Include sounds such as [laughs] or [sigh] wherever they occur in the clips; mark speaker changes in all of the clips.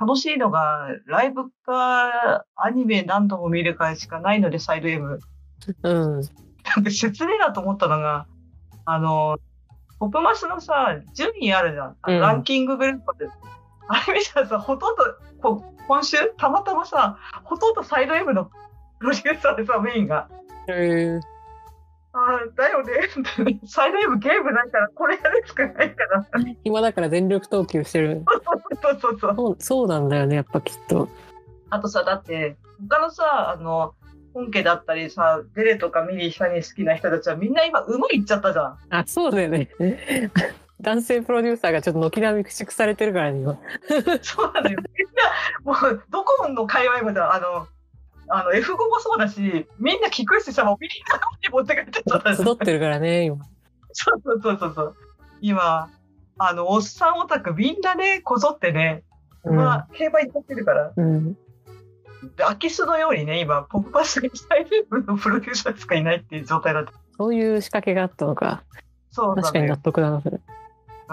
Speaker 1: 楽しいのが、ライブかアニメ何度も見るかしかないので、サイド M。
Speaker 2: うん。
Speaker 1: なんか失礼だと思ったのが、あの、ポップマスのさ、順位あるじゃん。あの
Speaker 2: うん
Speaker 1: ランキンググループで。あれ見たらさ、ほとんど、こ今週、たまたまさ、ほとんどサイド M のプロデューサーでさ、メインが。
Speaker 2: へえ
Speaker 1: ああ、だよね。 [laughs] サイド M ゲームないから、これやるしかないから。
Speaker 2: 暇だから全力投球してる。
Speaker 1: そうそうそう。
Speaker 2: そうそうなんだよね、やっぱきっと。
Speaker 1: あとさ、だって、他のさ、あの、本家だったりさ、デレとかミリーさんに好きな人たちはみんな今、馬行っちゃったじゃん。 [laughs]
Speaker 2: あ、そうだよね。男性プロデューサーがちょっと軒並み駆逐されてるからね、今。
Speaker 1: そうなのよ。みんな、もう、どこの界隈もさ、あの、あの、F5 もそうだし、みんな菊池様をミリーさんに持って帰っちゃったじゃん。
Speaker 2: 集ってるからね、今。
Speaker 1: そうそうそうそうそう。今、あの、おっさんオタクみんなね、こぞってね、
Speaker 2: うん
Speaker 1: まあ、競馬行っちゃってるから、
Speaker 2: うん。
Speaker 1: で空き巣のようにね、今、ポップパスが最イ部のプロデューサーしかいないっていう状態だった。
Speaker 2: そういう仕掛けがあったのか。
Speaker 1: そうな
Speaker 2: 確
Speaker 1: んだ
Speaker 2: か
Speaker 1: よ
Speaker 2: に納得だな、それ。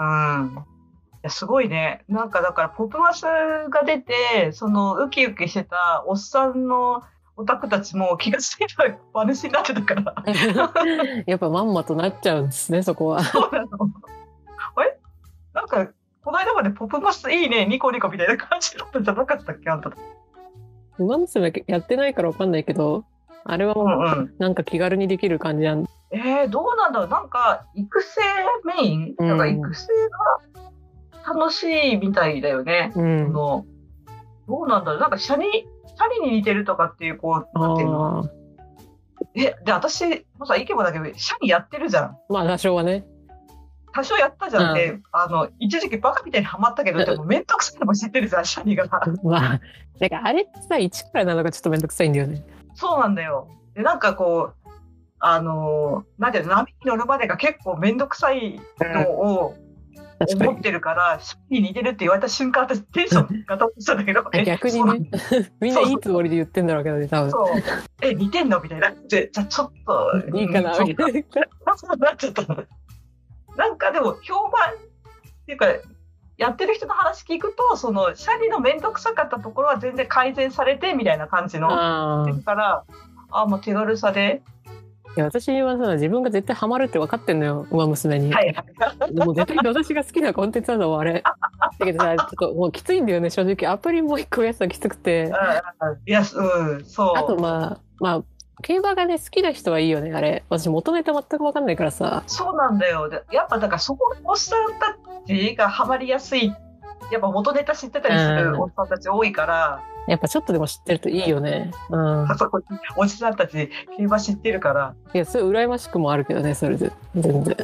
Speaker 1: うんいやすごいね。なんかだから、ポップマスが出て、そのウキウキしてたおっさんのオタクたちも気がついたら [laughs] 馬主になってた
Speaker 2: [laughs]
Speaker 1: から。
Speaker 2: やっぱまんまとなっちゃうんですね、そこは。
Speaker 1: そうなの。 [laughs] あれなんか、この間までポップマスいいね、ニコニコみたいな感じだったんじゃなかったっけあんた。
Speaker 2: 馬娘やってないからわかんないけど、あれは
Speaker 1: うん
Speaker 2: も
Speaker 1: うん。
Speaker 2: うなんか気軽にできる感じなん
Speaker 1: えー、どうなんだろうなんか、育成メイン
Speaker 2: うん
Speaker 1: だから育成が楽しいみたいだよね。
Speaker 2: うん。あ
Speaker 1: の、どうなんだろうなんか、シャニ、シャニに似てるとかっていう、こう、なんていうの
Speaker 2: あー。
Speaker 1: え、で、私、もさ、イケボだけど、社にやってるじゃん。
Speaker 2: まあ、多少はね。
Speaker 1: 多少やったじゃん
Speaker 2: うん
Speaker 1: で、あの、一時期バカみたいにハマったけど、でもめんどくさいのも知ってるじゃん、シャニが。
Speaker 2: まあ、なんかあれってさ、一からなのがちょっとめんどくさいんだよね。
Speaker 1: そうなんだよ。で、なんかこう、あのーなんていうの、波に乗るまでが結構めんどくさいのを
Speaker 2: 確か
Speaker 1: 思
Speaker 2: に
Speaker 1: っ。てるから、シャニに似てるって言われた瞬間、私テンションが飛んしたんだけど、
Speaker 2: あ逆にね、 [laughs] みんないいつもりで言ってんだろうけどね、多
Speaker 1: え。
Speaker 2: 分。
Speaker 1: そうなんそう。え、似てんのみたいな。でじゃあちょっと。
Speaker 2: いいかな、
Speaker 1: うん
Speaker 2: みたいな。
Speaker 1: そうなっちゃったの [laughs] なんかでも評判っていうかやってる人の話聞くとそのシャリの面倒くさかったところは全然改善されてみたいな感じの
Speaker 2: [laughs] あー
Speaker 1: だからあもう手軽さで
Speaker 2: いや私はさ自分が絶対ハマるって分かってんのよ馬娘に、
Speaker 1: はいはい
Speaker 2: でもう絶対私が好きなコンテンツなの
Speaker 1: [laughs]
Speaker 2: あれだけどさちょっともうきついんだよね正直アプリもう一個増やすのきつくて
Speaker 1: うんいやうんそう
Speaker 2: あとまあまあ競馬がね好きな人はいいよねあれ私元ネタ全く分かんないからさ
Speaker 1: そうなんだよでやっぱだからそこおっさんたちがハマりやすいやっぱ元ネタ知ってたりす
Speaker 2: うん
Speaker 1: るおっさんたち多いから、
Speaker 2: やっぱちょっとでも知ってるといいよねうん
Speaker 1: あそこおじさんたち競馬知ってるから
Speaker 2: いやそれ羨ましくもあるけどねそれで全然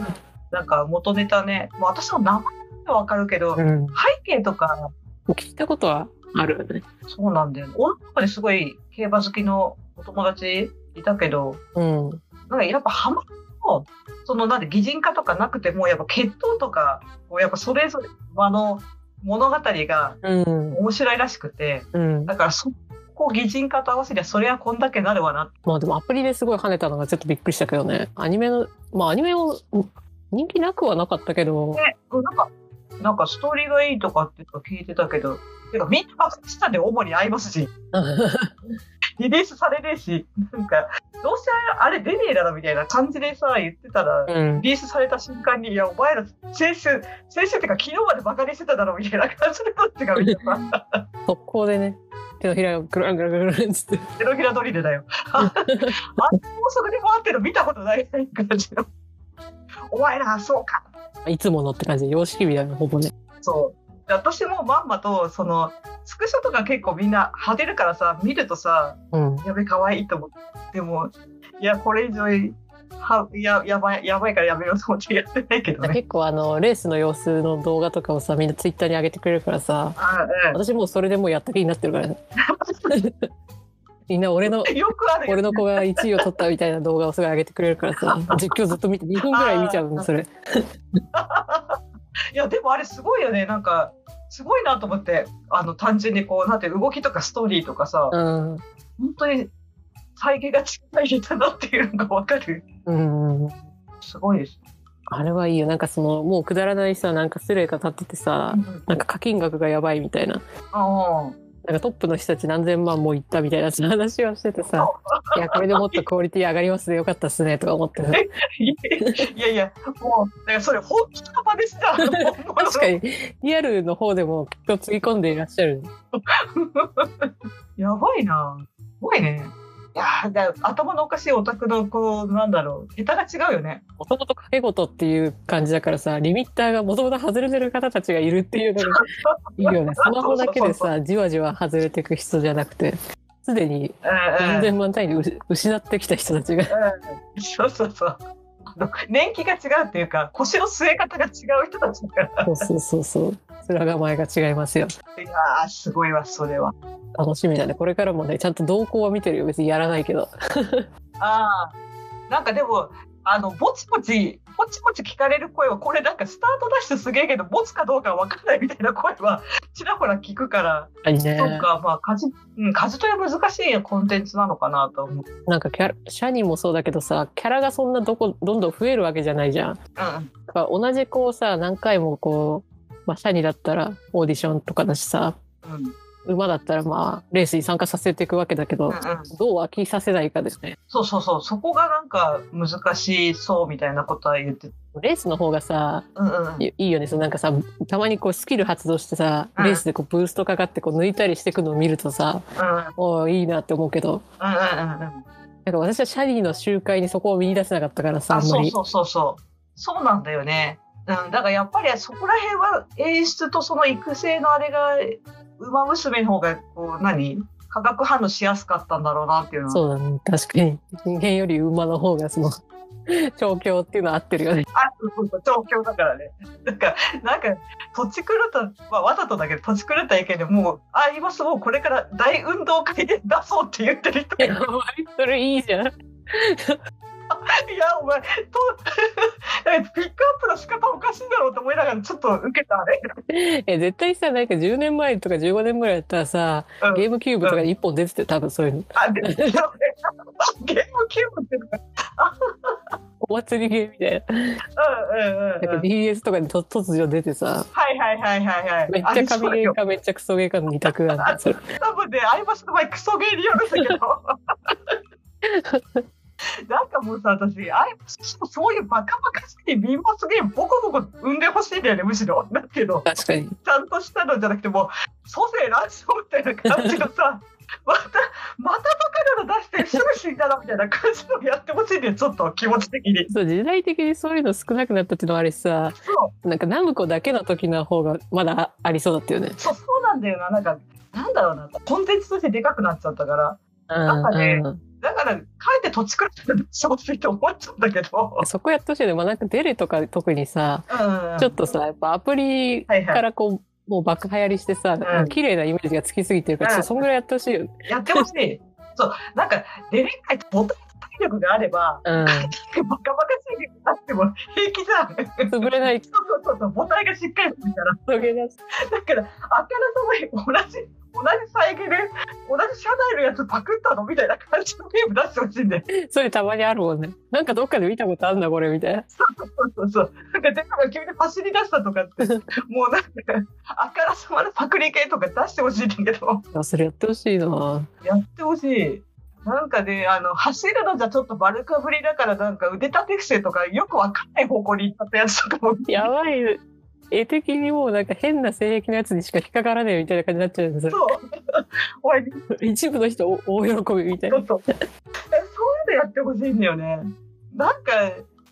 Speaker 1: なんか元ネタねもう私の名前はわかるけど、
Speaker 2: うんも
Speaker 1: 背景とか、
Speaker 2: う聞いたことはあるよね
Speaker 1: そうなんだよ、ね。女の子ですごい競馬好きのお友達いたけど、
Speaker 2: うん
Speaker 1: なんかやっぱハマると、そのなんで擬人化とかなくても、やっぱ血統とか、こうやっぱそれぞれあの物語が
Speaker 2: うん
Speaker 1: 面白いらしくて、
Speaker 2: うん
Speaker 1: だからそこを擬人化と合わせりゃ、それはこんだけなるわなって。
Speaker 2: まあでもアプリですごい跳ねたのがちょっとびっくりしたけどね。アニメの、まあアニメも人気なくはなかったけ
Speaker 1: う
Speaker 2: ど、
Speaker 1: んなんか、なんかストーリーがいいとかっていうか聞いてたけど、てかみんな爆発したんで主に合いますし、リリースされねえし、なんか、どうせあれ出ねえだろみたいな感じでさ、言ってたら、
Speaker 2: うん。
Speaker 1: リリースされた瞬間に、いや、お前ら、先週、先週ってか、昨日までバカにしてただろ、みたいな感じのこっちが見て [laughs] さ、
Speaker 2: 速攻でね、手のひらがぐるんぐるんぐるんぐるんっつって。
Speaker 1: 手のひらドリルだ [laughs] よ。あんな高速で回ってるの見たことない感じの。お前ら、そうか。
Speaker 2: いつものって感じで、様式美だよね、ほぼね。
Speaker 1: そう。で私もまんまと、その、スクショとか結構みんな派手るからさ、見るとさ、
Speaker 2: うん。
Speaker 1: やべ、可愛いと思って、でも、いや、これ以上、はいや、やばい、やばいからやめようと思ってやってないけどね。
Speaker 2: 結構あの、レースの様子の動画とかをさ、みんなツイッターに上げてくれるからさ、
Speaker 1: あう
Speaker 2: 私もうそれでもうやった気になってるからね。みんな俺の、
Speaker 1: ん、よくあるよ
Speaker 2: 俺の子が1位を取ったみたいな動画をすごい上げてくれるからさ、実況ずっと見て、2分ぐらい見ちゃうの、それ。
Speaker 1: いやでもあれすごいよねなんかすごいなと思ってあの単純にこうなんていう動きとかストーリーとかさ、
Speaker 2: うん。
Speaker 1: 本当に再現が近い下手だっていうのがわかる
Speaker 2: うん。
Speaker 1: すごいです
Speaker 2: あれはいいよなんかそのもうくだらないさなんかスレが立っててさなんか課金額がやばいみたいな
Speaker 1: あ
Speaker 2: なんかトップの人たち何千万もいったみたいな話をしててさ「いやこれでもっとクオリティ上がりますねよかったっすね」とか思ってさ
Speaker 1: いやいや、もう、だからそれ本気の場でした。
Speaker 2: 確かにリアルの方でもきっとつぎ込んでいらっしゃる
Speaker 1: [laughs] やばいな。すごいね。いやーだ頭のおかしいオタクの、こう、なんだろう、桁が違うよね。
Speaker 2: もともと掛け事っていう感じだからさリミッターがもともと外れてる方たちがいるっていうのがいいよねスマホだけでさじわじわ外れていく人じゃなくてすでに
Speaker 1: うん
Speaker 2: 何
Speaker 1: うん
Speaker 2: 千万単位でうし失ってきた人たちが
Speaker 1: そうそうそう。あの年季が違うっていうか、腰の据え方が違う人たちだから。
Speaker 2: そうそうそうそう面構えが違いますよ
Speaker 1: いやー、すごいわ、それは。
Speaker 2: 楽しみだねこれからもねちゃんと動向は見てるよ別にやらないけど
Speaker 1: ああ、なんかでも、あの、ぼちぼち、ぼちぼち聞かれる声は、これなんかスタートダッシュすげえけど、ぼつかどうかわかんないみたいな声は、 [laughs] ちらほら聞くから、
Speaker 2: あいいね
Speaker 1: そっか、まあ、数、うん、数とは難しいコンテンツなのかなと思う。
Speaker 2: なんかキャラシャニもそうだけどさキャラがそんなどこどんどん増えるわけじゃないじゃん
Speaker 1: うん。
Speaker 2: だから同じこうさ何回もこう、まあ、シャニだったらオーディションとかだしさ
Speaker 1: うん。うん。
Speaker 2: 馬だったらまあレースに参加させていくわけだけど、
Speaker 1: うん。
Speaker 2: どう飽きさせないかですね
Speaker 1: そうそうそう。そこがなんか難しそうみたいなことは言ってた。
Speaker 2: レースの方がさ
Speaker 1: うんうん。
Speaker 2: いいいよねそのなんかさたまにこうスキル発動してさ
Speaker 1: うん
Speaker 2: レースでこうブーストかかってこう抜いたりしていくのを見るとさ
Speaker 1: うんうん
Speaker 2: おーいいなって思うけど
Speaker 1: うんうんうん。
Speaker 2: なんか私はシャニーの集会にそこを見出せなかったからさ、あ
Speaker 1: あ、
Speaker 2: んま
Speaker 1: そう
Speaker 2: り。
Speaker 1: そうそうそう。そうなんだよね。うん、だからやっぱりそこら辺は演出とその育成のあれが、馬娘の方が、こう、何化学反応しやすかったんだろうなっていうのは。
Speaker 2: そうだね。確かに。人間より馬の方がその、調教っていうのは合ってるよ
Speaker 1: [laughs]
Speaker 2: ね。
Speaker 1: あ、そうそうそう、東京だからね。なんか、なんか、土地狂った、まあ、わざとだけど、土地狂った意見でもう、あ、今すもうこれから大運動会で出そうって言ってる人がいる。
Speaker 2: それいいじゃん。
Speaker 1: いや、お前、と、 [laughs] なんかピックアップの仕方おかしいんだろうと思いながら、ちょっと受けたあれ。
Speaker 2: え、絶対さ、なんか10年前とか15年ぐらいだったらさ、
Speaker 1: うん
Speaker 2: ゲームキューブとか1本出てて、多分そういうの。
Speaker 1: あ、で、ゲームキューブっていうか、
Speaker 2: お祭りゲームみたいな。
Speaker 1: うんうんうん
Speaker 2: なん
Speaker 1: う
Speaker 2: か
Speaker 1: ん。
Speaker 2: DS とかにと突如出てさ、
Speaker 1: はいはいはいはいはい。
Speaker 2: めっちゃ
Speaker 1: あれそ
Speaker 2: 神
Speaker 1: う
Speaker 2: ゲー
Speaker 1: よ
Speaker 2: かめっちゃクソゲーかの2択なんだ、それ。
Speaker 1: 多分ね、アイマスの前クソゲーによるんだけど。なんかもうさ、私、アイマスのそういうバカバカしい貧乏すぎるボコボコ産んでほしいんだよね、むしろ。だけど、
Speaker 2: 確かに。
Speaker 1: ちゃんとしたのじゃなくて、もう、蘇生乱傷みたいな感じのさ、また、またバカなの出して、すぐ死んだなみたいな感じのやってほしいんだよ、ちょっと気持ち的に。
Speaker 2: そう、時代的にそういうの少なくなったっていうのはあれさ、
Speaker 1: そう
Speaker 2: なんかナムコだけの時の方がまだありそうだったよね。
Speaker 1: そう、そうなんだよな、なんか、なんだろうな、コンテンツとしてでかくなっちゃったから。
Speaker 2: うん
Speaker 1: なんかね
Speaker 2: うん
Speaker 1: だから、帰って土地狂ってるそうするって思っちゃうんだけど。
Speaker 2: そこやってほしいよね。まあ、なんかデレとか特にさ、
Speaker 1: うん
Speaker 2: ちょっとさ、やっぱアプリ
Speaker 1: はいは
Speaker 2: か
Speaker 1: い。
Speaker 2: らこう、もう爆流行りしてさ、
Speaker 1: うん
Speaker 2: 綺麗なイメージがつきすぎてるから、ちょっとそんぐらいやってほしいよね。
Speaker 1: やってほしい。そう、なんか、デレッカイってボタン体力があれば、
Speaker 2: うん。
Speaker 1: バカバカしいゲームになっても平気じゃん。
Speaker 2: 潰れない
Speaker 1: そうそうそうそう、ボタンがしっかりするから。
Speaker 2: トゲだし。
Speaker 1: だから、あからさまに同じ、同じ再現で、同じ社内のやつパクったのみたいな感じのゲーム出してほしいんで。
Speaker 2: それたまにあるもんね。なんかどっかで見たことあるんだ、これ、みたいな。
Speaker 1: そうそうそう。なんか、だから急に走り出したとかって、もうなんか、あからさまのパクリ系とか出してほしいんだけど。
Speaker 2: いやそれやってほしいな
Speaker 1: やってほしい。なんかね、あの、走るのじゃちょっと丸かぶりだから、なんか腕立て伏せとかよくわかんない方向に行っちゃったやつとかも。
Speaker 2: やばい。絵的にもうなんか変な性癖のやつにしか引っかからねえみたいな感じになっちゃうんですよ。
Speaker 1: そう。 [laughs] おい、ち
Speaker 2: 一部の人お [laughs] 大喜びみたい
Speaker 1: ょ
Speaker 2: な。
Speaker 1: っと。えそういうのやってほしいんだよね。なんか、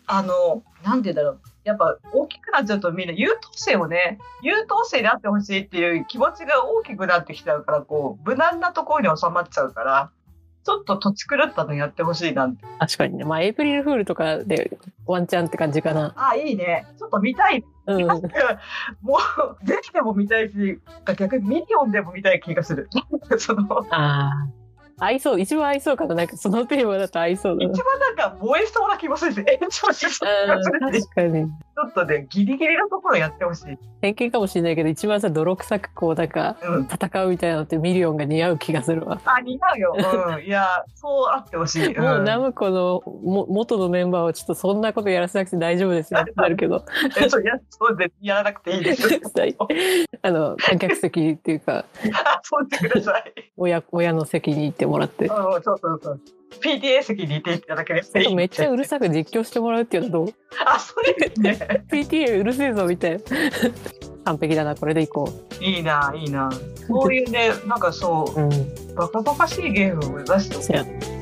Speaker 1: あの、なんて言うんだろう。やっぱ大きくなっちゃうとみんな優等生をね、優等生であってほしいっていう気持ちが大きくなってきちゃうから、こう、無難なところに収まっちゃうから、ちょっと土地狂ったのやってほしいなって。
Speaker 2: 確かにね。まあ、エイプリルフールとかでワンチャンって感じかな。
Speaker 1: あ、いいね。ちょっと見たい
Speaker 2: うん。
Speaker 1: もう、ぜひでも見たいし、逆にミニオンでも見たい気がする。その、
Speaker 2: ああ。合いそう、一番合いそうかな、なんかそのテーマだと合いそうだ
Speaker 1: 一
Speaker 2: な。
Speaker 1: 番なんか燃えそうな気もするし、延長しそうな気がす
Speaker 2: うん
Speaker 1: るし、ち
Speaker 2: 確かに。
Speaker 1: ょっとね、ギリギリのところやってほしい。
Speaker 2: 偏見かもしれないけど、一番さ、泥臭くこう、なんか、
Speaker 1: うん。
Speaker 2: 戦うみたいなのってミリオンが似合う気がするわ。
Speaker 1: あ、似合うよ。うん。いや、そうあってほしい。うん、
Speaker 2: もうナムコのも元のメンバーはちょっとそんなことやらせなくて大丈夫ですよ
Speaker 1: [laughs]
Speaker 2: ってなるけど [laughs]
Speaker 1: えそういやそうでやらなくていいです。
Speaker 2: あの観客席っていうか
Speaker 1: あ、そう言ってください。
Speaker 2: 親親の席に行ってもらって
Speaker 1: うん、そうそうそう。PTA 席にいていただければいい。
Speaker 2: めっちゃうるさく実況してもらうっていうのどう
Speaker 1: あ、それいいね。
Speaker 2: PTA うるせえぞみたいな [laughs] 完璧だなこれでいこ、
Speaker 1: いいな、いいな。そういうね、なんかそう
Speaker 2: うん、
Speaker 1: う、バカバカしいゲームを目指してほしい
Speaker 2: そうや